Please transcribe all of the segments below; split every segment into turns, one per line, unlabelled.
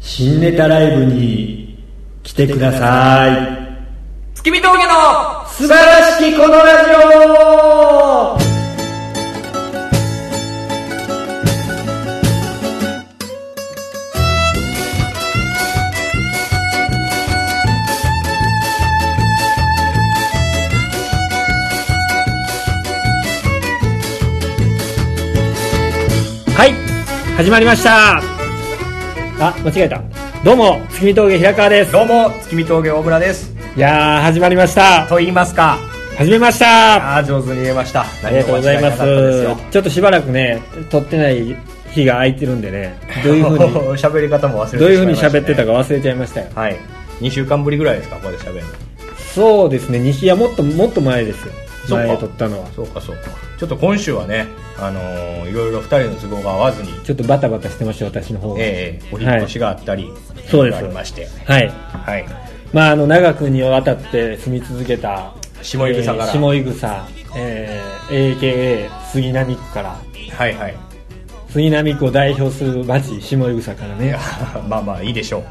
新ネタライブに来てください
月見峠の
素晴らしきこのラジ
はい始まりましたあ間違えたどうも月見峠平川です
どうも月見峠大村です
いやー始まりました
と言いますか
始めましたあ
ああ上手に言えましたあ
りがとうございますちょっとしばらくね撮ってない日が空いてるんで ねどういうふうに
喋り方も忘れてしまいましたね、
どういうふうに喋ってたか忘れちゃいましたよ
はい2週間ぶりぐらいですかここで喋るの
そうですね西はもっともっと前ですよ
そっか
前撮ったのは
そうかそうかちょっと今週はねあのーいろいろ2人の都合が合わずに
ちょっとバタバタしてました私の方が、
ええお引っ越しがあったり、
そうです
ありまして
はい
はい
まああの長くにわたって住み続けた
下井草から
えー下井草、えー AKA 杉並区から
はいはい
杉並区を代表する町下井草から
いや
ね
まあまあいいでしょう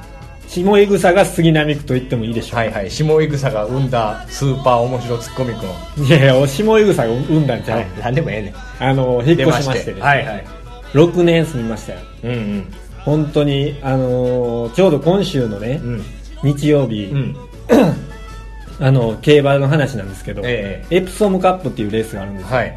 下井草が杉並区と言ってもいいでしょう、
はいはい下井草が生んだスーパー面白ツッコミ君
い、やいや下井草が生んだんじゃない、
何でもええねん
あの引っ越しましてね
はいはい
6年住みましたよ
うん
本当にあのーちょうど今週のね、
うん
日曜日、
うんうん
あの競馬の話なんですけど、
え
エプソムカップっていうレースがあるんですよ
はい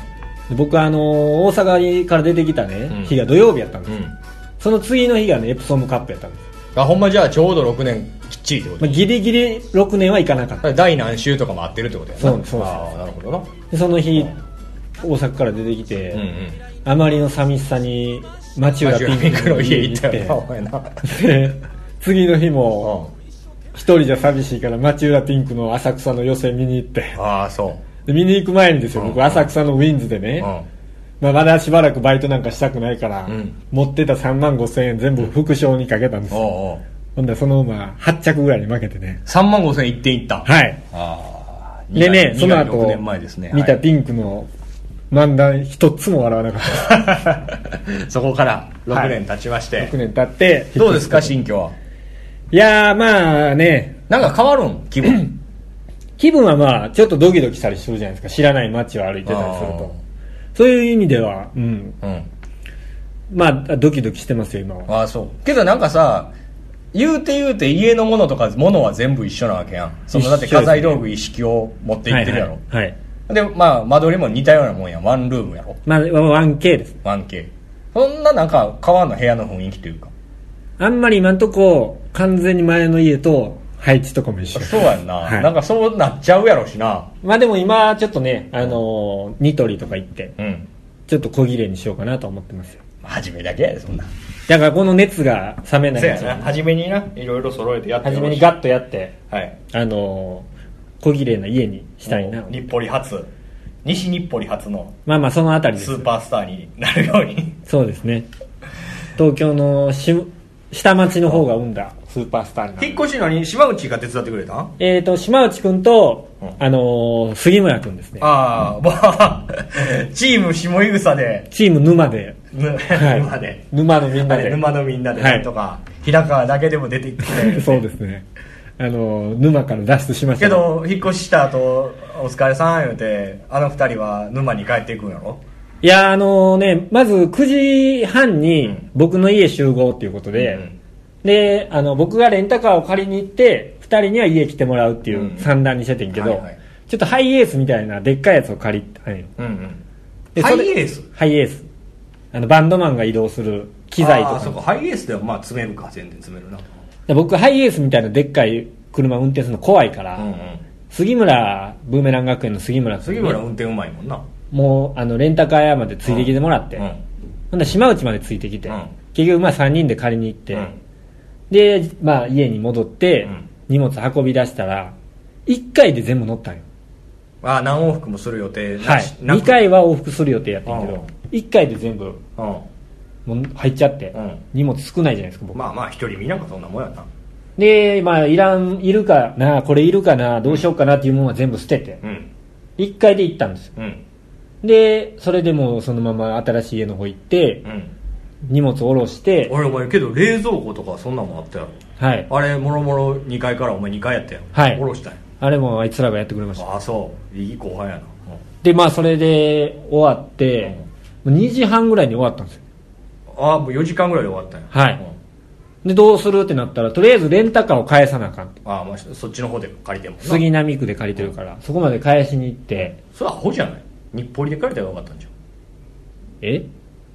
で僕はあのー大阪から出てきたね、
うん
日が土曜日やったんで
う
すよ、
ん
その次の日がねエプソムカップやったんです、
あほんまじゃあちょうど6年きっちりってこと
まあ、ギリギリ6年はいかなかった
第何週とかも合ってるってことやな
そうですそうです
ああなるほどな
でその日、大阪から出てきて、
うんうん
あまりの寂しさに町浦
マ
ピ
ジュラ
ン
ピン
ク
ク
の
の
家
家
に
行
行
っ
ったて
よなお前な
で次の日も
う
一人じゃ寂しいから町浦ピンクの浅草の寄席見に行って
ん ああそう
で見に行く前にですよ
うん
僕浅草のウィンズでね、
う
まあ、まだしばらくバイトなんかしたくないから、
うん
持ってた3万5千円全部副賞にかけたんです
ん
よ、
おうおう
ほんでその馬8着ぐらいに負けてね
3万5千行っていった
はい
ああ
でねその後
6年前ですね
見た
はい
ピンクの漫談一つも笑わなかっ
そこから6年
はい
経ちまして、
た6年経って
どうですか新居はい
やーまあね
なんか変わるん 気分
気分はまあちょっとドキドキしたりするじゃないですか知らない街を歩いてたりするとそういう意味ではうん
うん
まあドキドキしてますよ今は
ああそうけどなんかさ言うて言うて家のものとか物は全部一緒なわけやんそのだって
一緒ですね
家財道具一式を持って行ってるやろ、
はいはい、はい
でまあ間取りも似たようなもんやんワンルームやろ
まあ 1K です
1K そんななんか変わんの部屋の雰囲気というか
あんまり今んとこ完全に前の家と配置とかも一緒
そうやんな、
はい
なんかそうなっちゃうやろしな
まあでも今ちょっとねあのーニトリとか行って
うん
ちょっと小切れにしようかなと思ってますよ
初めだけやでそんな
だからこの熱が冷めないうやつを
初めにないろいろ揃えてや
初めに
ガ
ガッとやって
はい
あのー小切れな家にしたいな
もう日暮里初西日暮里初の
まあまあそのあたりです
スーパースターになるように
そうですね東京のし下町の方が生んだスーパースターになる
引っ越しのに島内が手伝ってくれたん
えっ、と島内くんと、
うん
あのー杉村くんですね
ああ、まあ、チーム下井草で、
チーム沼で、
ぬ
はい
沼で、
沼のみん
あ
な
れ
で
沼のみんなで、
はい、
なんとか、平川だけでも出てきて
そうですねあのー沼から脱出しました
け
ね
ど、引っ越しした後、お疲れさん言うて、あの二人は沼に帰っていくんやろ
いやあのねまず9時半
う
に
ん
僕の家集合っていうことで、
うんうん
であの僕がレンタカーを借りに行って2人には家来てもらうってい
うんうん
う三段にしててんけど、
はいはい
ちょっとハイエースみたいなでっかいやつを借りたんよ
うん
で
ハ
それ
イエース
ハイエースあのバンドマンが移動する機材と
あー
か
そこハイエースではまあ詰めるか、全然詰めるな。
で僕ハイエースみたいなでっかい車運転するの怖いから、
うんうん。
杉村ブーメラン学園の杉村
杉
君に
村運転うまいもんな。
もうあのレンタカー屋までついてきてもらって、
うんうん
ほんで島内までついてきて、
うん
結局まあ3人で借りに行って、
うん
で、まあ、家に戻って、
うん
荷物運び出したら1回で全部乗ったんよ
ああ、何往復もする予定
は
ないし。なく
2。回は往復する予定やったんけ
うん
ど1回で全部
う
もう入っちゃって、
うん
荷物少ないじゃないですか僕
ん。まあまあ、一人見なんかそんなもんやな。
でまあいらんいるかなこれいるかなどうしようかなっていうものは全部捨てて、
うん。
一1回で行ったんですよ
うん。
でそれでもうそのまま新しい家の方行って、
うん。
荷物下ろして、
俺お前けど冷蔵庫とかそんなんもあったや
はい。
ろあれもろもろ2階からお前2階やったやん
はい
下ろしたんや
あれもあいつらがやってくれました。
ああそういい後輩やな、うん
で、まあ、それで終わって、もう2時半ぐらいに終わったんですよ。
ああもう4時間ぐらいで終わったんや
はい
うん
で、どうするってなったら、とりあえずレンタカーを返さなあかんと。
ああまあそっちの方で借りてもんな
杉並区で借りてるから、そこまで返しに行って、
それアホじゃない日暮里で借りたらよかったんじゃん
え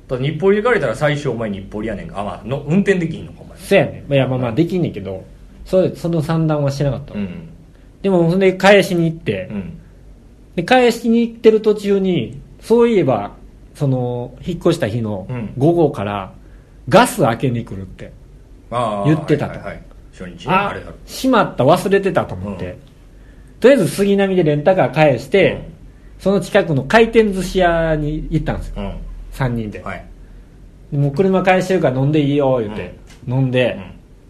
だから日暮里で借りたら最初お前日暮里やねんかあまあの運転できんのかお前
そやねん。いや、まあまあ、できんねんけど、それその算段はしてなかったの。
うん
でも、ほんで、返しに行って、
うん
で返しに行ってる途中にそういえばその引っ越した日の
うん
午後からガス開けに来るって、
ああ
言ってたと
はいはいはい初日ね
あ
あれだろ
しまった忘れてたと思って、
うん
とりあえず杉並でレンタカー返して、
うん
その近くの回転寿司屋に行ったんですよ
うん
3人で、
はい
でもう車返してるから飲んでいいよ言って、飲んで、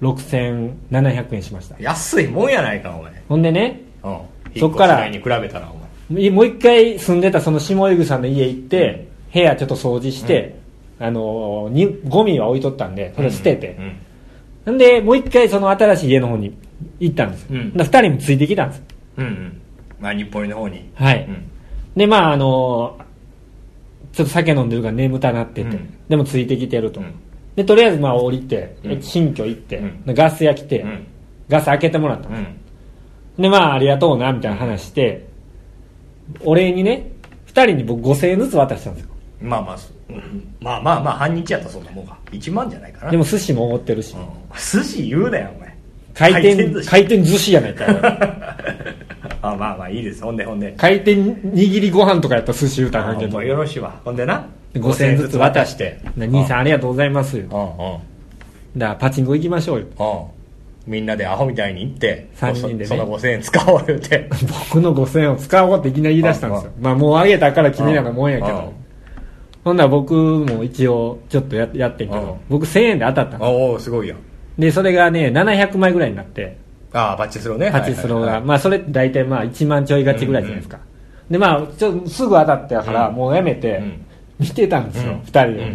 6700円しました
安いもんやないかお前
ほんでね
うん
そっから
引越し代に比べたらお前
もう一回住んでたその下井さんの家行って、部屋ちょっと掃除して、あのーにゴミは置いとったんでそれ捨てて、
うん
なんで、もう一回その新しい家の方に行ったんですよ。
う
だ
ん
から二人もついてきたんですよ。
うんうんまあ日暮里の方に
はい。
うん
で、まああのーちょっと酒飲んでるから眠たなってて、
うん
でもついてきてると。
うん
で、とりあえずまあ降りて、
うん
新居行って、
うん
でガス屋来て、
うん
ガス開けてもらった
う
の、
ん
で、まあありがとうな、みたいな話して、お礼にね、二人に僕5000円ずつ渡したんですよ。
まあまあそうんまあまあまあ半日やったらそんなもんか1万じゃないか な
でも寿司もおごってるし、
うん寿司言うなよお前
回転、
寿司
回転寿司やない か。
あまあまあいいですほんでほんで
回転握りご飯とかやったら寿司歌う
あ
んけ
も
ど
う。よろしいわほんでな
5000円ずつ渡して「な兄さんありがとうございます」だ
う
か
んうんうん
らパチンコ行きましょうよ
みんなでアホみたいに行って
三人でね
そその5000円使おう言 うて
僕の5000円を使おうっていきなり言い出したんですよ
あ
まあもうあげたから君らのもんやけ
ああ
どほんなら僕も一応ちょっとややってんけ
ああ
ど僕1000円で当たったんで
おおすごいやん
すでそれがね700枚ぐらいになって
ああバッチスローね
パチスロー
はいは
が
い
まあそれって大体まあ1万ちょい勝ちぐらいじゃないですかでまあちょっとすぐ当たったから
うん
もうやめて
うん
見てたんですよ
うん
2人で
はい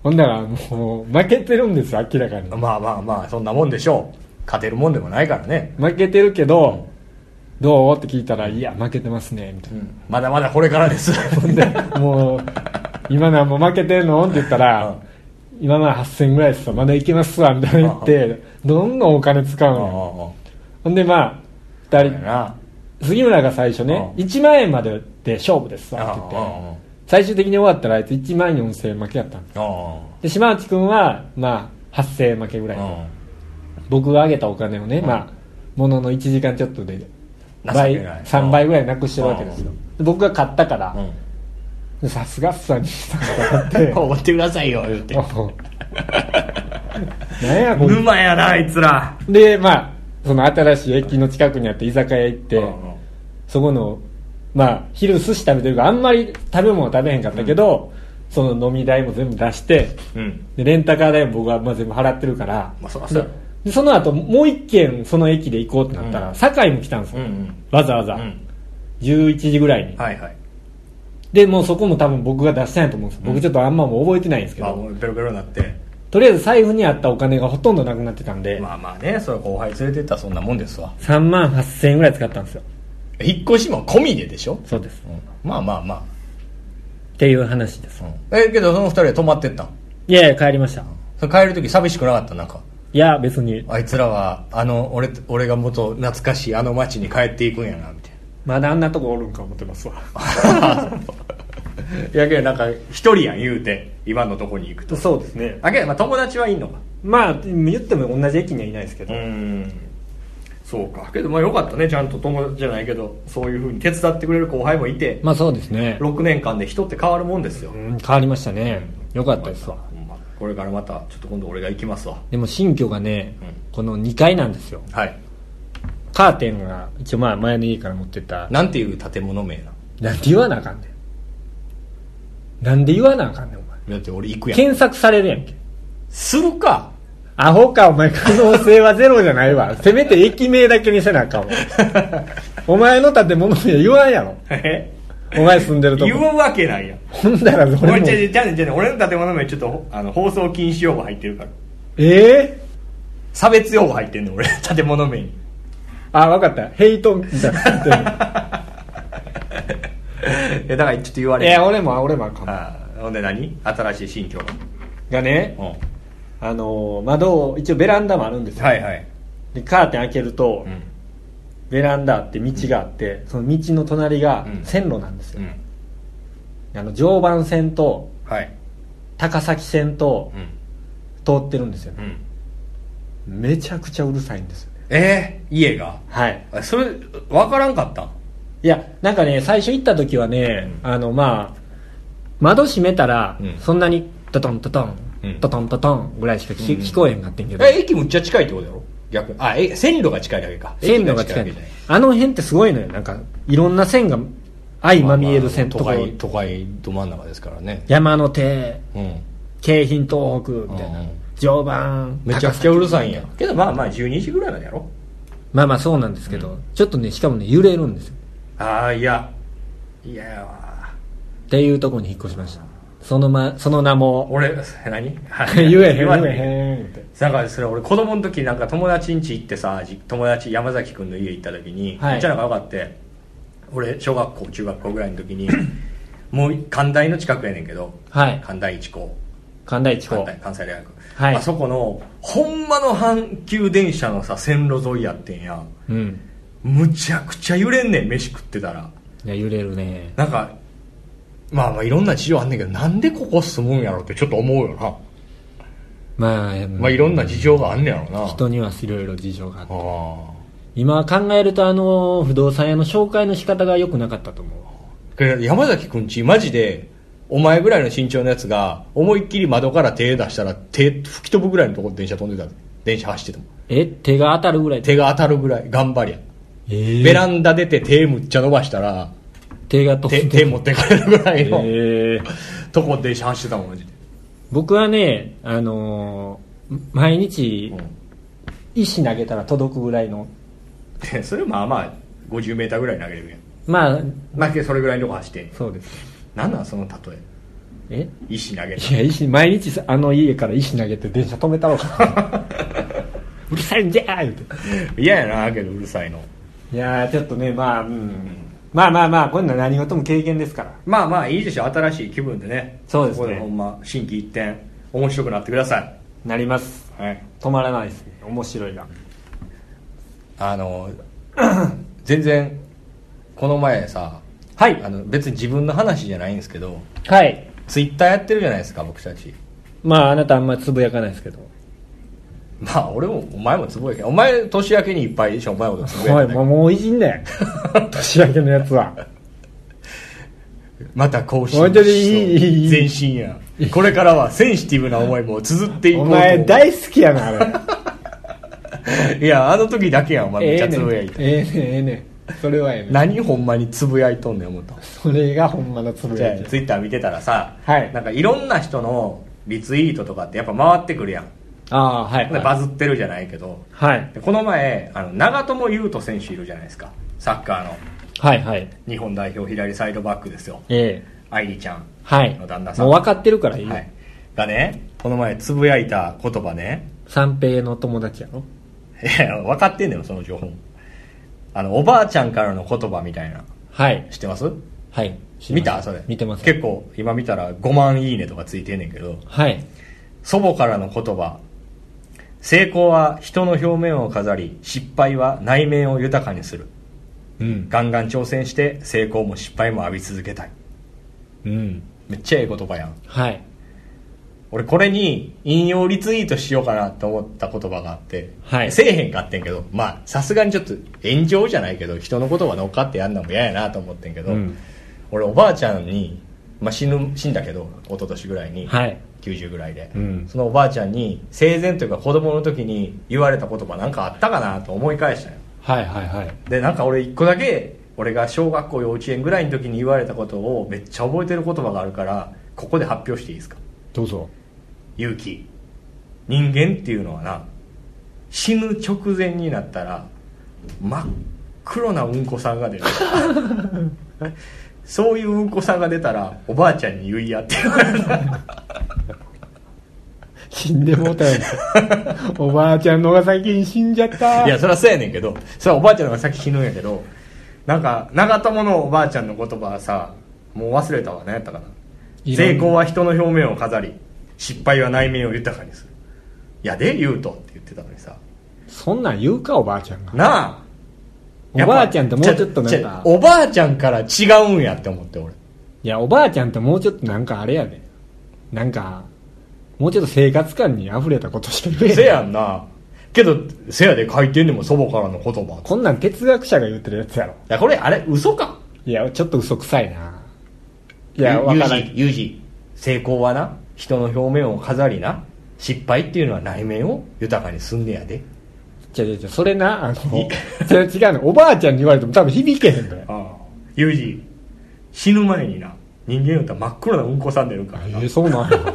ほんだらもう負けてるんですよ明らかに
うんまあまあまあそんなもんでしょう勝てるもんでもないからね、
負けてるけど、どうって聞いたら、いや、負けてますね、みたい
まだまだこれからです
な。で、もう、今のはもう負けてんのって言った
う
ら
ん、
今のは8000円ぐらいですわ、まだいけますわ、みたいな言って、どんどんお金使う
うんう
のよ。
んうん
ほんで、まあ、
あ
2
れや
人、
な
杉村が最初ね、
う
1万円までで勝負です
うん
わ、って言って、
うんうん
最終的に終わったらあいつ1万4000円負けやったの
う
で、島内くんは、まあ、8000円負けぐらい。
んうん
僕があげたお金をね、まあ、ものの1時間ちょっとで
情
倍
けない
3倍ぐらいなくしてるわけですよで僕が買ったから
うん
でさすがっすわ兄さん と思っ
奢ってくださいよ言うて
てなんやこれ
沼やなあいつら
でまあその新しい駅の近くにあって居酒屋行って
うんうん
そこのまあ昼寿司食べてるからあんまり食べ物食べへんかったけど、その飲み代も全部出して
うん
でレンタカー代も僕はまあ全部払ってるから、
まあそらそうやろ
でその後もう一軒その駅で行こうってなったら、
うん
堺も来たんです
う
よ、
ん
わざわざ、
うんうん
11時ぐらいに、
はいはい
でもうそこも多分僕が出したんやと思うんですよ、僕ちょっとあんまもう覚えてないんですけ
まあ
ど、
もうベロベロになって
とりあえず財布にあったお金がほとんどなくなってたんで、
まあまあねそれ後輩連れてったらそんなもんですわ
3万8000円ぐらい使ったんですよ
引っ越しも込みででしょ、
そうです
まあまあま
っていう話です、
あ、えけどその二人は泊まってったん
いやいや帰りました
それ帰る時寂しくなかったなんか
いや別に
あいつらはあの俺俺が元懐かしいあの町に帰っていくんやなみたい
まだあんなとこおるんか思ってますわ
ないやけどなんか一人やん言うて今のとこに行くと
そうですね
あけどまあ友達はいんのか
まあ言っても同じ駅にはいないですけど、
んそうかけどまあよかったねちゃんと友達じゃないけどそういうふうに手伝ってくれる後輩もいて
まあそうですね、
6年間で人って変わるもんですよ、
うん、変わりましたねよかったですわ
ほんまこれからまたちょっと今度俺が行きますわ
でも新居がね、
うん
この2階なんですよ
はい
カーテンが一応まあ前の家から持ってった
なんていう建物名な
なんで言わなあかんねん。なんで言わなあかんねん、お前。
だって俺行くやん
検索されるやんけ。
するか
アホか、お前、可能性はゼロじゃない わ。せめ て駅名だけにせなあかんわ。お前の建物名言わんやろ。
え
お前住んでると
言
こ
うわけないやん
ほんだら
俺
俺も
じゃじゃじゃじゃ俺の建物名ちょっとあの放送禁止用語入ってるから
ええ
差別用語入ってんの俺の建物名に
あ分かったヘイトみたいなの言って
えだからちょっと言わ
る い
れ
や
る
俺も俺もあかん
あーほんで何新しい新居
がね
の、
あのー窓を一応ベランダもあるんですよ、
はいはい、
でカーテン開けると、
うん
ベランダあって道があって、その道の隣が
うん
線路なんですよ、
うん、
あの常磐線と
はい
高崎線と
うん
通ってるんですよね、
うん
めちゃくちゃうるさいんですよね
えー、家が
はい
あそれ分からんかった
いやなんかね最初行った時はね、あのまあ窓閉めたら、
うん
そんなにトトントトン、
うん
トトントトンぐらいしか聞,、
うん
聞こえへんかってんけど
え駅むっちゃ近いってことやろ逆にあえ線路が近いだけか
線路が近い
駅わけじゃない
あの辺ってすごいのよなんかいろんな線が相まみえる線
ま
とか
あまあ都会都会ど真ん中ですからね
山の手
うん
京浜東北みたいな、
うん
常磐
めちゃくちゃうるさいん
高崎
やけどまあまあ12時ぐらいなんやろ
まあまあそうなんですけど、ちょっとねしかもね揺れるんですよ
ああいやいややわ
っていうとこに引っ越しましたその,、ま、その名も
俺何
言えへん
わ
言
な
え
い
へんって
だからそれ俺子供の時なんか友達ん家行ってさじ友達山崎君の家行った時に、
はい
めっちゃ仲良かって俺小学校中学校ぐらいの 時にもう寛大の近くやねんけど
はい
寛大一高
神田一
関
高
大関西大学、
はい
あそこのほんまの阪急電車のさ線路沿いやってんや
う
ん
ん
むちゃくちゃ揺れんねん飯食ってたら
いや揺れるね
なんかまあまあいろんな事情あんねんけどなんでここ住むんやろってちょっと思うよな、
まあ、
まあいろんな事情があんねやろな
人にはいろいろ事情があって
ああ
今考えるとあの不動産屋の紹介の仕方が良くなかったと思う
けど山崎くんちマジでお前ぐらいの身長のやつが思いっきり窓から手出したら手吹き飛ぶぐらいのとこ電車飛んでたで電車走ってても
え手が当たるぐらい
手が当たるぐらい頑張りや、
えー
ベランダ出て手むっちゃ伸ばしたら
手がと
手手持ってかれるぐらいの、
えー
とこ電車走ってたもんマジで
僕はねあのー毎日石投げたら届くぐらいの
でそれまあまあ5 0ーぐらい投げれるやん
まあ
まあけどそれぐらいのとこ走って
そうです
なんなんその例え
え
石投げる
いや石毎日さあの家から石投げて電車止めたろうかうるさいんじゃー言うて
嫌やなけどうるさいの
いやーちょっとねまあ、うん、まあまあまあこんな何事も経験ですから
まあまあいいでしょ新しい気分でね
そうですね
ここでほんま心機一転面白くなってください
なります
はい
止まらないですね面白いが
あの 全然この前さ
は
あの別に自分の話じゃないんですけど
はい
ツイッターやってるじゃないですか僕たち
まああなたあんまつぶやかないですけど
まあ俺もお前もつぶやけお前年明けにいっぱいでしょお前のことつぶ
お
や
い
け
もうもういじんだ よ年明けのやつは
また更新
本当にいいいいいい
前進やこれからはセンシティブな思いも綴っていこ
お
うと思う
前大好きやなあれ
いやあの時だけ やんお前めっちゃつぶやいて、
ええねんええねんそれはええねん
何ほんまにつぶやいとんねん思った
それがほんまのつぶ
じゃ
や
あ
き
ツイッター見てたらさ、
はい
なんかいろんな人のリツイートとかってやっぱ回ってくるやん、
ああーはい
でバズってるじゃないけど
はい
でこの前あの長友佑都選手いるじゃないですかサッカーの
はいはい
日本代表左サイドバックですよ
ええ
愛梨ちゃん、
はい
の旦那さん
もう分かってるからいいよ、
はい、がねこの前つぶやいた言葉ね
三平の友達やろ
いや分かってんねんその情報あのおばあちゃんからの言葉みたいな
はい
知ってます
はい知り
見
ません
たそれ
見てます
結構今見たら5万いいねとかついてんねんけど
はい
祖母からの言葉成功は人の表面を飾り失敗は内面を豊かにする
うん
ガンガン挑戦して成功も失敗も浴び続けたい
うん
めっちゃええ言葉やん
はい
俺これに引用リツイートしようかなと思った言葉があって、
はい
せえへんかってんけどまあさすがにちょっと炎上じゃないけど人の言葉乗っかってやんのも嫌やなと思ってんけど、
うん
俺おばあちゃんに、まあ、死ぬ死んだけど一昨年ぐらいに、
はい
90ぐらいで、
うん
そのおばあちゃんに生前というか子供の時に言われた言葉なんかあったかなと思い返したよ
はいはいはい
でなんか俺一個だけ俺が小学校幼稚園ぐらいの時に言われたことをめっちゃ覚えてる言葉があるからここで発表していいですか
どうぞ
勇気人間っていうのはな死ぬ直前になったら真っ黒なうんこさんが出る そういううんこさんが出たらおばあちゃんに言いやって言われた
死んでもうた よ。おばあちゃんのが先に死んじゃった。
いやそりゃそうやねんけどそれはおばあちゃんの方が先死ぬんやけどなんか長友のおばあちゃんの言葉はさもう忘れたわ何やったかない
ろん
成
な
功は人の表面を飾り失敗は内面を豊かにするやで言うとって言ってたのにさ
そんなん言うか、おばあちゃんが。
なあ
おばあちゃんってもうちょっとな
ちゃ
ん
ちゃ
か、
おばあちゃんから違うんやって思って俺
いや、おばあちゃんってもうちょっとなんかあれやで。なんか、もうちょっと生活感に溢れたことしてくれ。
せやんなけどせやで書いてんねんもん祖母からの言葉
こんなん哲学者が言ってるやつやろ。
いやこれあれ嘘か
いや、ちょっと嘘くさいな。いや、わからん。
有事有事成功はな人の表面を飾りな失敗っていうのは内面を豊かにすんねやで
じゃじゃじゃそれな、あの、それ違うの。おばあちゃんに言われても多分響けへんのよ。
ああ有事死ぬ前にな人間よったら真っ黒なうんこさん出るから
え
な
ー、そうなんや。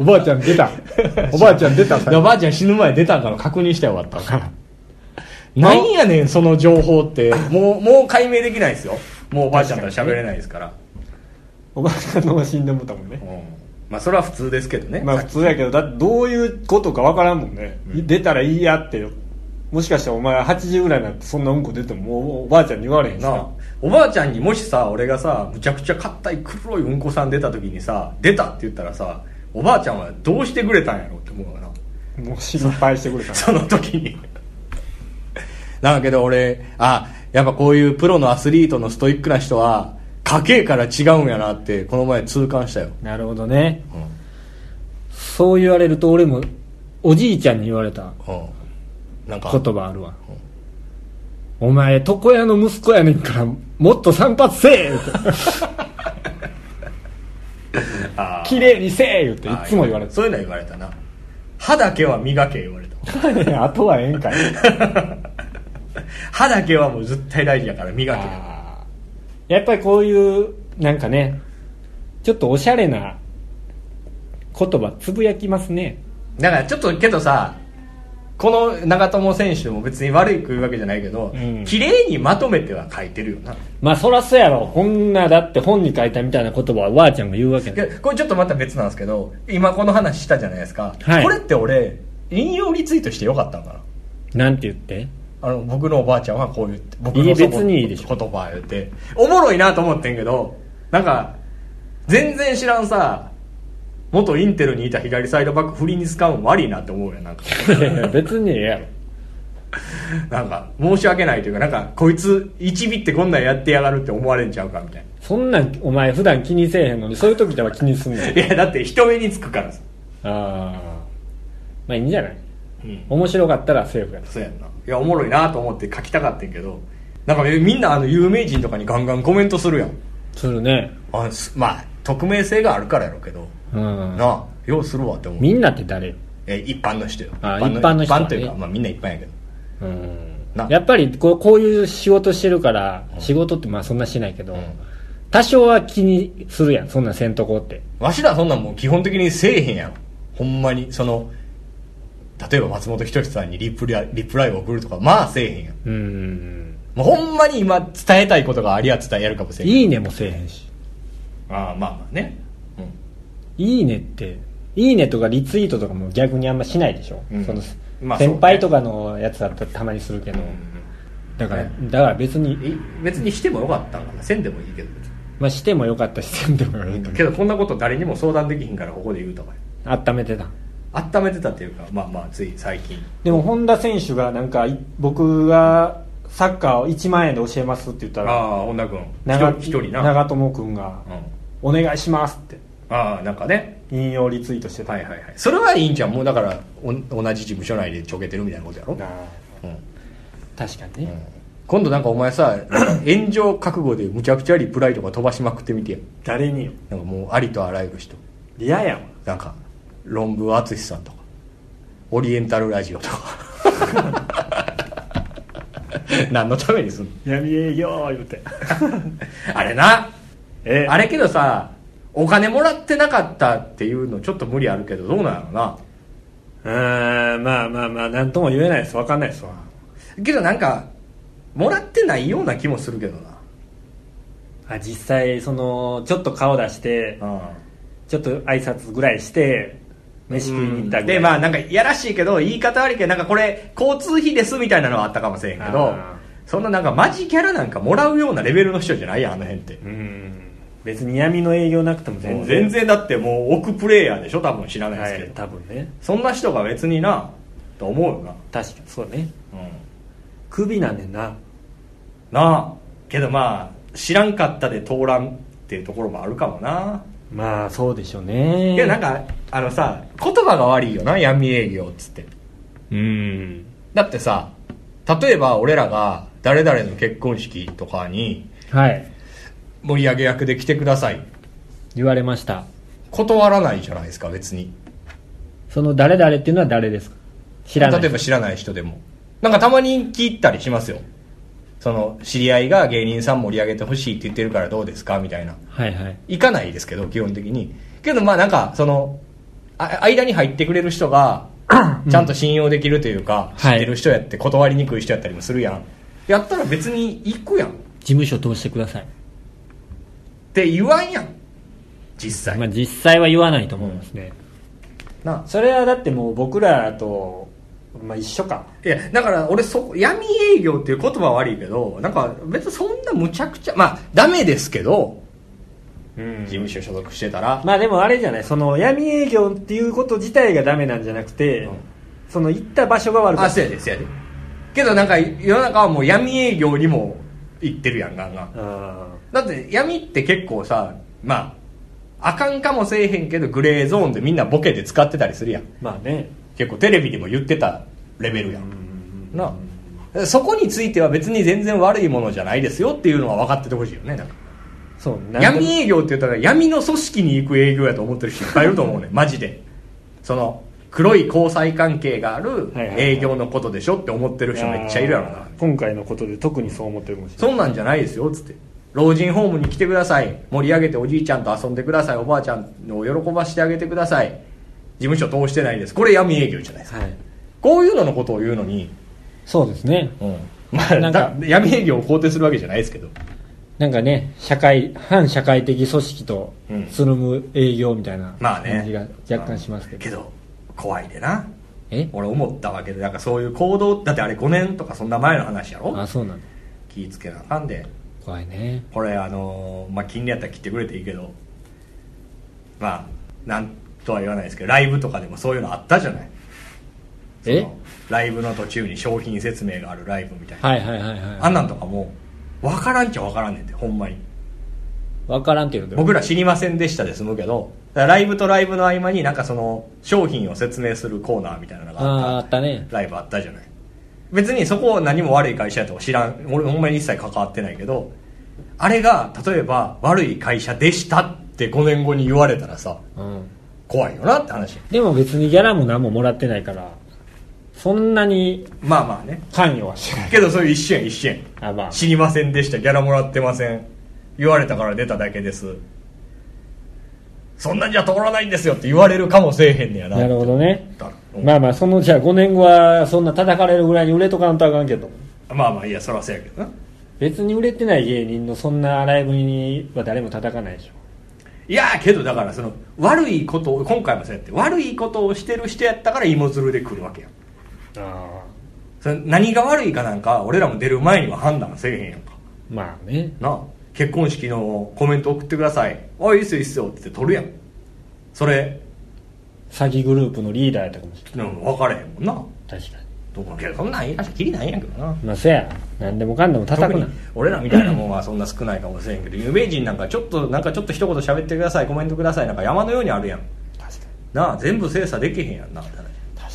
おばあちゃん 出た。おばあちゃん出た。
でおばあちゃん死ぬ前に出たんから確認したよ終わったからなんやねんその情報 ってもうもう解明できないですよもうおばあちゃんとは喋れないですから
おばあちゃんの方が死んでもうたもんね。
うんまあそれは普通ですけどね、
まあ普通やけど、だってどういうことかわからんもんね。
うん
出たらいいやってよ。もしかしたらお前80ぐらいになってそんなうんこ出てももうおばあちゃんに言われへんし
なあおばあちゃんにもしさ俺がさむちゃくちゃ硬い黒いうんこさん出た時にさ出たって言ったらさおばあちゃんはどうしてくれたんやろって思うわな
もう心配してくれた
その時に なんだけど俺あやっぱこういうプロのアスリートのストイックな人は家系から違うんやなってこの前痛感したよ、
なるほどね。
うん
そう言われると俺もおじいちゃんに言われた
うん、なんか
言葉あるわ。お前、床屋の息子やねんから、もっと散髪せえ言うて
あー
綺麗にせえ言うて、い
あー
つも言われて
そういうのは言われたな歯だけは磨け言われ た
あとはええんかい。
歯だけはもう絶対大事やから磨け
あーやっぱりこういうなんかねちょっとおしゃれな言葉つぶやきますね
だからちょっとけどさこの長友選手も別に悪いく言うわけじゃないけど、
うん
綺麗にまとめては書いてるよな
まあそらそうやろこんなだって本に書いたみたいな言葉はおばあちゃんが言うわけ
いや
ね
これちょっとまた別なんですけど今この話したじゃないですか、
はい
これって俺引用リツイートしてよかったのかな
なんて言って
あの僕のおばあちゃんはこう言って僕
い
の
い
祖母
別にいいでしょ
言葉言っておもろいなと思ってんけどなんか全然知らんさ元インテルにいた左サイドバック振りに使うん悪いなって思うよなんか
いやいや別にええやろ
なんか申し訳ないというかなんかこいつ一ビってこんなんやってやがるって思われんちゃうかみたい
そんなんお前普段気にせえへんのにそういう時では気にすんのよ
ないやだって人目につくからさ
ああまあいいんじゃない
うん
面白かったらセーフや
そうやんないやおもろいなと思って書きたかったんけどなんかえみんなあの有名人とかにガンガンコメントするやん
するね
あすまあ匿名性があるからやろうけど、
うん
なあようするわって思う
みんなって誰よ
え一般の人よ
あ一般の人
一
ね
般というか、まあ、みんな一般やけど
うん
な
やっぱりこうこういう仕事してるから、仕事ってまあそんなしないけど、
ん
多少は気にするやんそんなんせんとこって
わしらそんなんもう基本的にせえへんやろほんまにその例えば松本人志さんにリプライリプライを送るとかまあせえへんやん
うん
もうほんまに今伝えたいことがありゃ伝えやるかもしれんけど
いいねもせえへんし
ああまあまあね
いいねっていいねとかリツイートとかも逆にあんましないでしょ、
うん
その
まあそうね
先輩とかのやつだったらたまにするけど、だから
ね
だから別に、
い別にしてもよかったんかなせんでもいいけど別に
まあ、してもよかったしせんでもよかった
けどこんなこと誰にも相談できひんからここで言うとか
温めてた
温めてたっていうかまあまあつい最近
でも本田選手がなんかい僕がサッカーを1万円で教えますって言った
あ
ら
あ本田君
長
一人一人な、
長友君が
う
「
ん、
お願いします」って
ああなんかね
引用リツイートしてた、
はいはいはいそれはいいんじゃんもうだからお同じ事務所内でちょけてるみたいなことやろ、
なあ
うん、
確かにね、
今度なんかお前さ 炎上覚悟でむちゃくちゃリプライとか飛ばしまくってみてや
誰によ
なんかもうありとあらゆる人
リアやん
なんか論文淳さんとかオリエンタルラジオと か何のためにすんの
闇営業言うて
あれな
え
あれけどさお金もらってなかったっていうのちょっと無理あるけどどうなんやろな
うーんまあまあまあ何とも言えないです分かんないですわ
けどなんかもらってないような気もするけどな
あ実際そのちょっと顔出して
うん
ちょっと挨拶ぐらいして飯食いに行ったぐらい
でまあなんかいやらしいけど言い方悪いけどなんかこれ交通費ですみたいなのはあったかもしれんけど
あ
そんななんかマジギャラなんかもらうようなレベルの人じゃないやんあの辺って
うん別に闇の営業なくても全
もう
然
全然だってもう奥プレイヤーでしょ多分知らないで
は
すけ
い
ど、
多分ね
そんな人が別になと思うよな
確かにそうね
うん
クビなんねんな
なあけどまあ知らんかったで通らんっていうところもあるかもな
まあそうでしょうね
いやなんかあのさ言葉が悪いよな闇営業っつって
うん
だってさ例えば俺らが誰々の結婚式とかに
はい
盛り上げ役で来てください
言われました
断らないじゃないですか別に
その誰々っていうのは誰ですか知らない
例えば知らない人でもなんかたまに聞いたりしますよその知り合いが芸人さん盛り上げてほしいって言ってるからどうですかみたいな
はいはい
行かないですけど基本的にけどまあなんかそのあ間に入ってくれる 人がちゃんと信用できるというか、知
はい
ってる人やって断りにくい人やったりもするやん、やったら別に行くやんっ
事務所通してください、
て言わんやん実際、
まあ、実際は言わないと思いますね、
な
それはだってもう僕らと、まあ、一緒か
いやだから俺そ闇営業っていう言葉は悪いけどなんか別にそんなむちゃくちゃまあダメですけど
うん
事務所所属してたら、
まあでもあれじゃないその闇営業っていうこと自体がダメなんじゃなくて、
うん
その行った場所が悪か
あ
った
そうやでそうやでけどなんか世の中はもう闇営業にも行ってるやんガンガン
あ
だって闇って結構さまああかんかもせえへんけどグレーゾーンでみんなボケで使ってたりするやん
ーまあね
結構テレビでも言ってたレベルやんなあそこについては別に全然悪いものじゃないですよっていうのは分かっててほしいよねなんか
そうなん
闇営業って言ったら闇の組織に行く営業やと思ってる人いっぱいいると思うねマジでその黒い交際関係がある
はいはいはい
営業のことでしょって思ってる人めっちゃいるやろな
今回のことで特にそう思ってるかもしれない
そんなんじゃないですよっつって老人ホームに来てください盛り上げておじいちゃんと遊んでくださいおばあちゃんを喜ばしてあげてください事務所通してないですこれ闇営業じゃないですか
はい
こういうののことを言うのに、
そうですね
まあ、
なんか
だ闇営業を肯定するわけじゃないですけど
なんかね社会反社会的組織と
うん
つるむ営業みたいな
まあね
感じが若干しますけど、
けど怖いでな
え
俺思ったわけでなんかそういう行動だってあれ5年とかそんな前の話やろ
あそうなんだ
気ぃつけなあかんで
怖いね
これあのーまあ金利やったら切ってくれていいけどまあなんとは言わないですけどライブとかでもそういうのあったじゃない
え
そのライブの途中に商品説明があるライブみたいな、
はいはいはいは
あんなんとかも分からんっちゃ分からんねんてほんまに
い分からんけどでも
僕ら知りませんでしたで済むけどだからライブとライブの合間になんかその商品を説明するコーナーみたいなのがあった
ああーあったね
ライブあったじゃない別にそこ何も悪い会社やとは知らん俺ほんまに一切関わってないけどあれが例えば悪い会社でしたって5年後に言われたらさ
うん
怖いよなって話
でも別にギャラも何ももらってないからそんなに
まあまあね
関与はしない
けどそれ一緒やん一緒やん
あまあ
知りませんでしたギャラもらってません言われたから出ただけですそんなんじゃ通らないんですよって言われるかもせえへんねやな
なるほどね
だからうん
まあまあそのじゃあ5年後はそんな叩かれるぐらいに売れとかんとあかんけど
まあまあいやそらせやけどな
別に売れてない芸人のそんなライブには誰も叩かないでしょ
いやーけどだからその悪いことを今回もそうやって悪いことをしてる人やったから芋づるで来るわけやん
ああ
それ何が悪いかなんか俺らも出る前には判断せえへんやんか
まあね
なあ結婚式のコメント送ってくださいあいいっすよいいっすよって取るやんそれ
詐欺グループのリーダーやったかもしれ
うん分からへんもんな
ない確かに
どうかけどそんなん言い方きりないんやけどな
まあせや何でもかんでも叩
特
く
に
な
俺らみたいなもんはそんな少ないかもしれんけど有名人なんかちょっとなんかちょっと一言喋ってくださいコメントくださいなんか山のようにあるやん
確か
なあ全部精査できへんやんなって話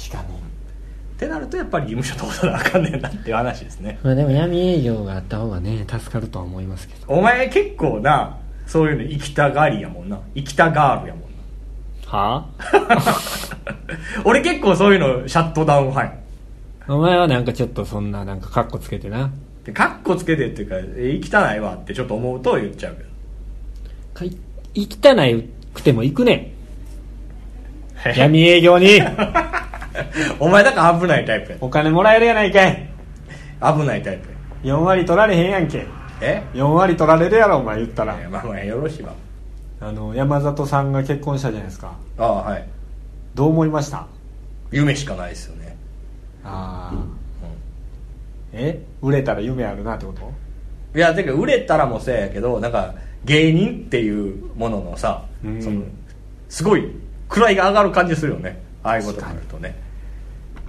に確かに
ってなるとやっぱり事務所通さなあかんねんなっていう話ですね
まあでも闇営業があった方がね助かるとは思いますけど
お前結構なそういうの生きたがりやもんな生きたガールやもんな
は
俺結構そういうのシャットダウン派や
あお前はなんかちょっとそんななんかカッコつけてな
でカッコつけてっていうかえー汚いわってちょっと思うと言っちゃうけど
かい行きたないくても行くねん闇営業に
お前だから危ないタイプ
お金もらえるやないかい
や危ないタイプや
4割取られへんやんけ
え
4割取られるやろお前言ったら
えーまあまあよろしいわ
あの山里さんが結婚したじゃないですか
ああはい
どう思いました
夢しかないですよね
ああ、え売れたら夢あるなってこと
いやてか売れたらもそうやけどなんか芸人っていうもののさ、
うん
そのすごい位が上がる感じするよねああいうことになるとね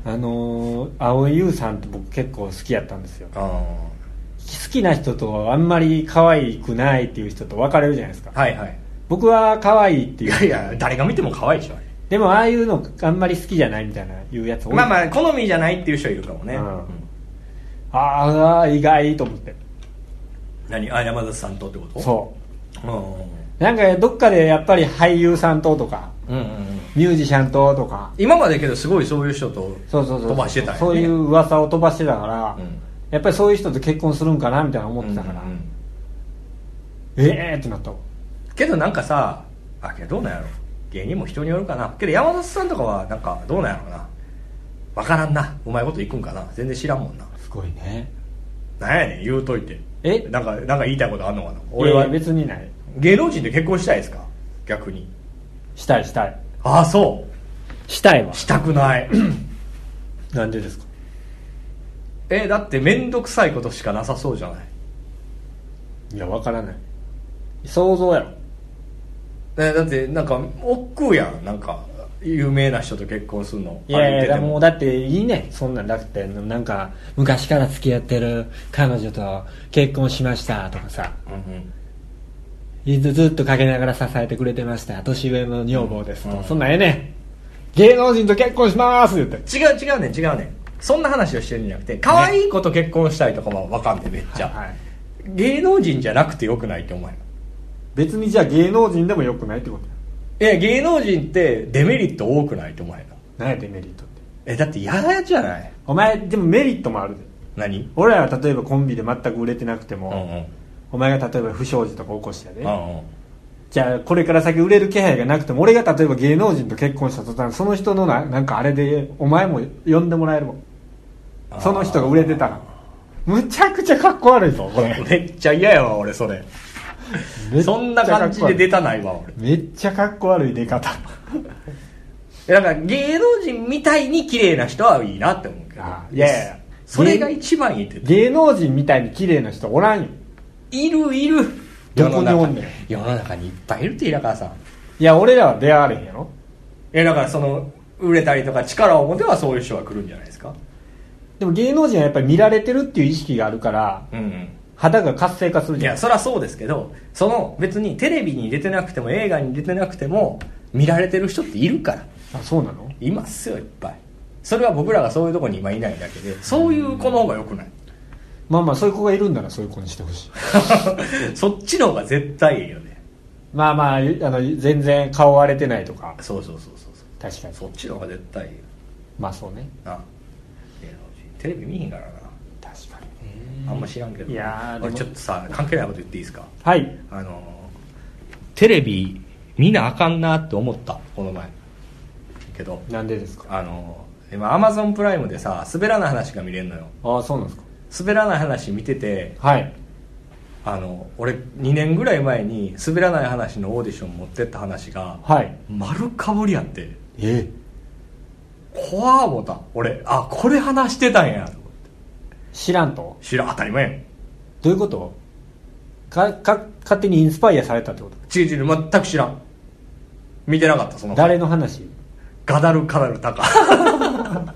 あのー、蒼井優さんって僕結構好きやったんですよ
ああ
好きな人とあんまり可愛くないっていう人と別れるじゃないですか
はいはい
僕は可愛いって
い
いう
やいや誰が見ても可愛いでしょあれ
でもああいうのあんまり好きじゃないみたいないうやつ多い
まあまあ好みじゃないっていう人いるかもね、
うん
うん
ああ意外と思って
何あ山里さんとってこと
そう
うん
うなんかどっかでやっぱり俳優さんととか
うんうん
ミュージシャンととか
今までけどすごいそういう人と
そうそうそう
飛ばしてたんやね
そういう噂を飛ばしてたから、
うん
やっぱりそういう人と結婚するんかなみたいな思ってたから、
うんうん
ええー、ってなったわ
けどなんかさあけどどうなんやろ芸人も人によるかなけど山里さんとかはなんかどうなんやろなわからんなうまいこといくんかな全然知らんもんな
すごいね
なんやねん言うといて
え
なんかなんか言いたいことあんのかな
俺
俺
は
は
別にない
芸能人と結婚したいですか逆に
したいしたい
ああそ
したいわ
うしたくない
なんでですか
えだって面倒くさいことしかなさそうじゃない
いやわからない想像やろ
えだってなんか億劫やんなんか有名な人と結婚するの
いやいやもう
も
だっていいねんそんなんだってなんか昔から付き合ってる彼女と結婚しましたとかさ
うんうん
ずずっと陰ながら支えてくれてました年上の女房ですと、
うん
そんなんええねん芸能人と結婚します言って
違う違うねん違うねんそんな話をしてるんじゃなくて可愛い子と結婚したいとかは分かんねんめっちゃ、
はい
芸能人じゃなくてよくないって思うよ
別にじゃあ芸能人でもよくないってこと
いや芸能人ってデメリット多くないって思うよ
何やってメリットって
えだって嫌じゃない
お前でもメリットもあるで
何
俺らは例えばコンビで全く売れてなくて
う
も、
んうん
お前が例えば不祥事とか起こしたで、
うんうん
じゃあこれから先売れる気配がなくても俺が例えば芸能人と結婚した途端その人のななんかあれでお前も呼んでもらえるもんその人が売れてたらむちゃくちゃかっこ悪いぞこれ
めっちゃ嫌やわ俺それ
めっちゃかっこ悪い
そんな感じで出たないわ俺
めっちゃかっこ悪い出方
えなんか芸能人みたいに綺麗な人はいいなって思うけど
あいやいやいや
それが一番いいって
芸能人みたいに綺麗な人おらんよ
いるいる
どこにおんねん
世の中世の中にいっぱいいるって平川さん
いや俺らは出会われへんやろ
えだからその売れたりとか力を持てばそういう人は来るんじゃないですか
でも芸能人はやっぱり見られてるっていう意識があるから
うん
肌が活性化する
い
じゃ
や
ん
そりゃそうですけどその別にテレビに出てなくても映画に出てなくても見られてる人っているから
あそうなの
いますよいっぱいそれは僕らがそういうとこに今いないだけでそういう子の方が良く ない
まあまあそういう子がいるんならそういう子にしてほしい
そっちの方が絶対いいよね
まあまああの全然顔割れてないとか
そうそうそうそうそう
確かに
そっちの方が絶対いいよ
まあそうね
な芸能人テレビ見ひんからな
確かに
あんま知らんけど
いやーでも
俺ちょっとさ関係ないこと言っていいですか
はい
あのテレビ見なあかんなって思ったこの前けど
なんでですか
あの今アマゾンプライムでさ滑らない話が見れるのよ
ああそうなんですか
滑らない話見てて
はい
あの俺2年ぐらい前に滑らない話のオーディション持ってった話が
はい
丸かぶりやって
え
怖ー思った俺あこれ話してたんやと思って
知らんと
知らん当たり前やん
どういうことかか勝手にインスパイアされたってこと
ちりちり全く知らん見てなかったその
誰の話
ガダルカダルタカ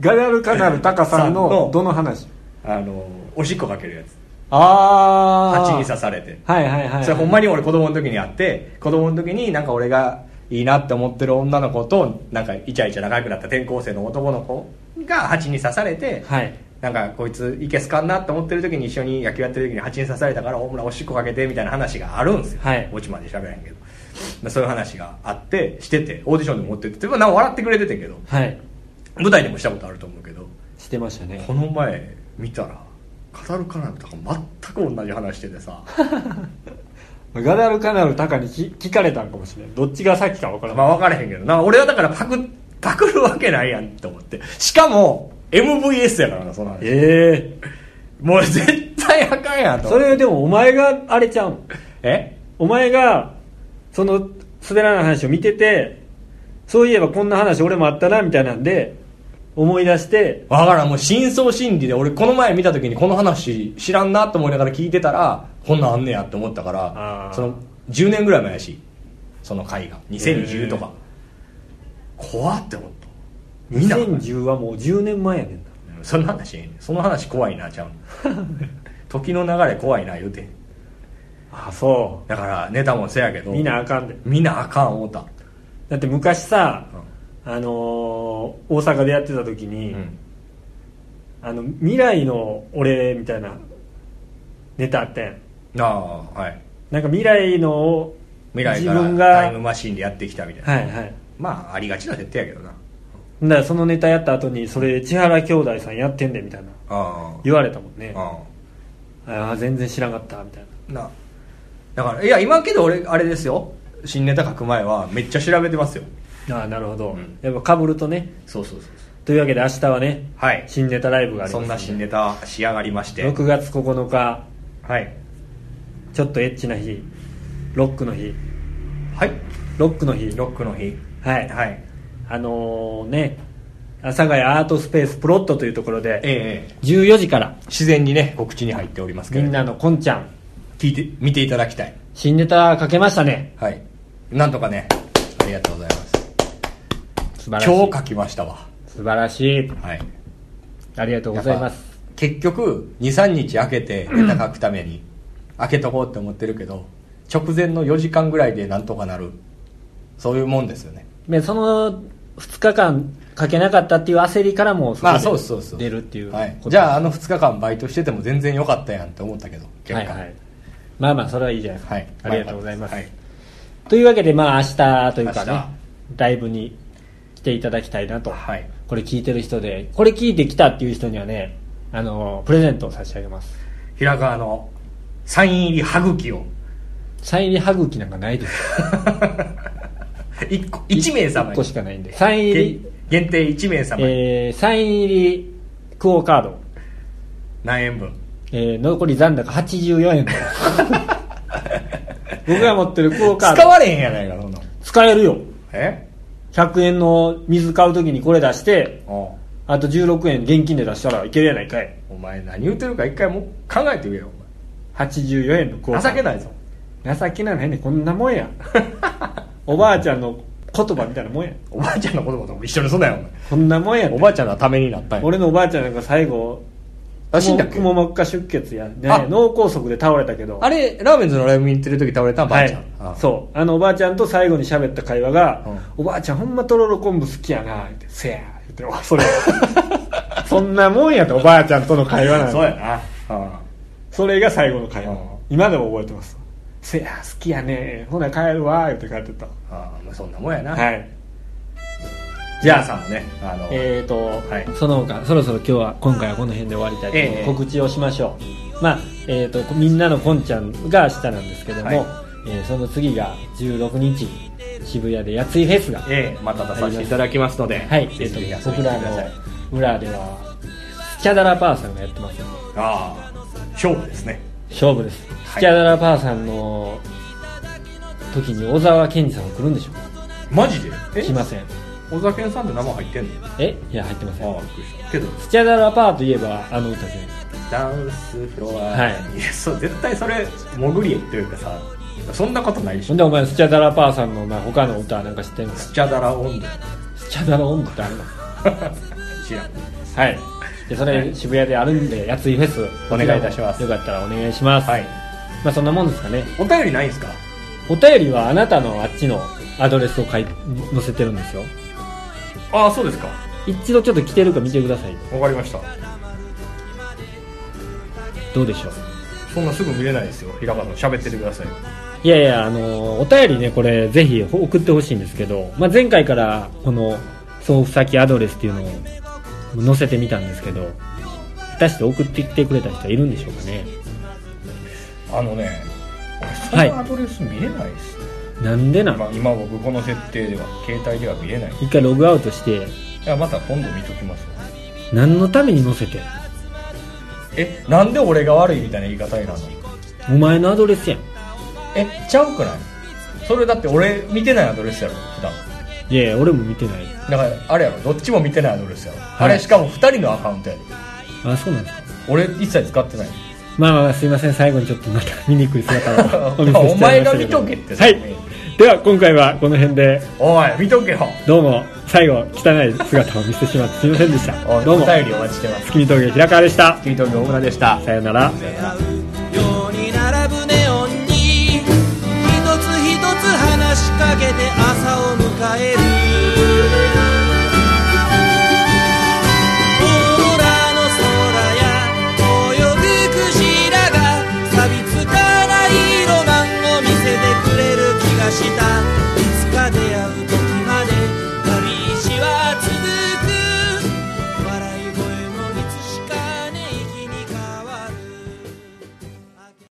ガダルカダルタカさん
さん
の
の
どの話
あのおしっこかけるやつ
ああ
蜂に刺されて
はいはいはい
それほんまに俺子供の時にあって子供の時になんか俺がいいなって思ってる女の子となんかイチャイチャ仲良くなった転校生の男の子が蜂に刺されて、
はい
なんかこいついけすかんなって思ってる時に一緒に野球やってる時に蜂に刺されたから大村おしっこかけてみたいな話があるんですよ、
はい
オチまで喋らへんけどでそういう話があってしててオーディションでも持ってってでもなんか笑ってくれててんけど
はい
舞台でもしたことあると思うけど
してましたね
この前見たら語るかなんとか全く同じ話しててさ
ガダルカナルタカに聞聞かれたんかもしれんどっちが先か分から
ま
ない、
あ分からへんけどな俺はだからパクパクるわけないやんって思ってしかも MVS やからなその話
ええ
もう絶対あかんやんと
それでもお前があれちゃうん
え
お前がその滑らない話を見ててそういえばこんな話俺もあったなみたいなんで思い出して
わからんもう真相心理で俺この前見た時にこの話知らんなと思いながら聞いてたらこんなんあんねやって思ったか
あー
らその10年ぐらい前やしその回が2020とか怖って思ったみんな
2010はもう10年前やねんな
うんそんな話ええねんその話怖いなちゃう ねん時の流れ怖いな言うてん
あそ
だからネタもせやけど
みんなあかんで
みんなあかん思った
だって昔さ、あのー大阪でやってた時に、
うん
あの未来の俺みたいなネタあったやん
ああはい
なんか未来の
未来
自
か
分が
らタイムマシンでやってきたみたいな、
はいはい
まあありがちな設定やけどな
だからそのネタやった後にそれ千原兄弟さんやってんでみたいな
あ
言われたもんね
ああ
ああ全然知らなかったみたいな
あなだからいや今けど俺あれですよ新ネタ書く前はめっちゃ調べてますよ
ああなるほど、
うん
やっぱかぶるとね
そうそうそう
というわけで明日はね
はい
新ネタライブがあり
そ
ます
んな新ネタ仕上がりまして
6月9日
はい
ちょっとエッチな日ロックの日
はい
ロックの日
ロックの日
はい、
はい
あのーね阿佐ヶ谷アートスペースプロットというところ
ええ
で
ええ
14時から
自然にね告知に入っておりますけ
み
れど
んなのこんちゃん
聞いて見ていただきたい
新ネタかけましたね
はいなんとかねありがとうございます
素晴らしい
今日書きましたわ
素晴らしい
はい
ありがとうございます
結局23日開 けてネタ書くために開けとこうって思ってるけど直前の4時間ぐらいでなんとかなるそういうもんですよね
ねその2日間かけなかったっていう焦りからも
まあそうですそうです
出るっていう
はい
こと
じゃああの2日間バイトしてても全然良かったやんって思ったけど結果
はいはいまあまあそれはいいじゃないですか、
はい
ありがとうございます、
はい
というわけでまあ明日というか
明
ね
日
ライブに来ていただきたいなと、
はい
これ聞いてる人でこれ聞いてきたっていう人にはねあのプレゼントを差し上げます
平川のサイン入り歯茎を
サイン入り歯茎なんかないです
1, 個1名様
1
に
個しかないんでサイン入り、
限定1名様に
えーサイン入りクオカード、
何円分
えー残り残高84円です 僕が持ってるクオカード
使われへんやないかそんなもん
使えるよ
え
100円の水買う時にこれ出して
おう
あと16円現金で出したらいけるやないかい
お前何言ってるか一回もう考えてみよ
84円の
お
クオ
前
カード
情けないぞ
情けないねこんなも んやおばあちゃんの言葉みたいなもんや
おばあちゃんの子供とも一緒にすんなよ
こんなもんや
お前
で
おばあちゃんのためになったんや
俺のおばあちゃんなんか最後
あ死んだっけ
くも膜下出血や、ね
あ、
脳梗塞で倒れたけど
あれラーメンズのライブ見に行ってる時倒れたおばあちゃん、
はい、
う
そうあのおばあちゃんと最後に喋った会話が「
う
おばあちゃんほんまとろろ昆布好きやな」って「せや」言って「おそれ そんなもんやとおばあちゃんとの会話なん
そう
で
やな、うん
それが最後の会話
うん
今でも覚えてます「せや好きやねほな帰るわ」言って帰ってった
あーまあそんなもんやな、
はい
じゃあさんもねあの、
えーと、
はい
その他そろそろ今日は今回はこの辺で終わりたいと思う、
ええ
告知をしましょうまあえーとみんなのこんちゃんが明日なんですけども、
はい
えーその次が16日渋谷でやついフェスが
ええまた出させていただきますのでは
はい、え
ぜ
っ
ひ
と
ぜひ遊びに来て
僕
くだ
ら
さい
の裏ではスキャダラパーさんがやってますので
ああ勝負ですね
勝負です、
い
スキャダラパーさんの時に小沢健二さんは来るんでしょう
マジで
か来ません
小沢健さんって生入ってんの
えいや入ってません
ああびっくりしたけど
スキャダラパーといえばあの歌じゃないですか
ダンスフロア
はい
いやそう絶対それ潜り絵というかさそんなことないでし
ほ
ょ
んでお前スキャダラパーさんのお前他の歌なんか知ってんのか
スチャダラ 温度
スキャダラ音ってあるの
知らん
はいでそれ渋谷であるんでやついフェス
お願いいたします
よかったらお願いします、
はい
まあそんなもんですかね
お便りないんすか
お便りはあなたのあっちのアドレスを書い載せてるんですよ
ああそうですか
一度ちょっと来てるか見てください
わかりました
どうでしょう
そんなすぐ見れないですよ平川さん喋っててください
いやいやあのお便りねこれぜひ送ってほしいんですけど、まあ、前回からこの送付先アドレスっていうのを載せてみたんですけど果たして送ってきてくれた人いるんでしょうかね
あのね
はい
俺そのアドレス見れないっすね、
なんでな
ま
の
あ今僕この設定では携帯では見れない
一回ログアウトして
いやまた今度見ときますよ
何のために載せてん
えなんで俺が悪いみたいな言い方になるの
お前のアドレスやん
えちゃうくないそれだって俺見てないアドレスやろ普段
いやいや俺も見てない
だからあれやろどっちも見てないアドレスやろ、
い
あれしかも2人のアカウントやで
あそうなんですか
俺一切使ってない
まあまあすいません最後にちょっとまた見にくい姿をお見せしちゃいましたけど
お前が見とけって
はいでは今回はこの辺で
おい見とけよ
どうも最後汚い姿を見せてしまってすいませんでした
おい
どうも
お便りお待ちしてます
月見峠平川でした
聞いとけ大村でした
さようなら
出会うように並ぶネオンに一つ一つ話しかけて朝を迎える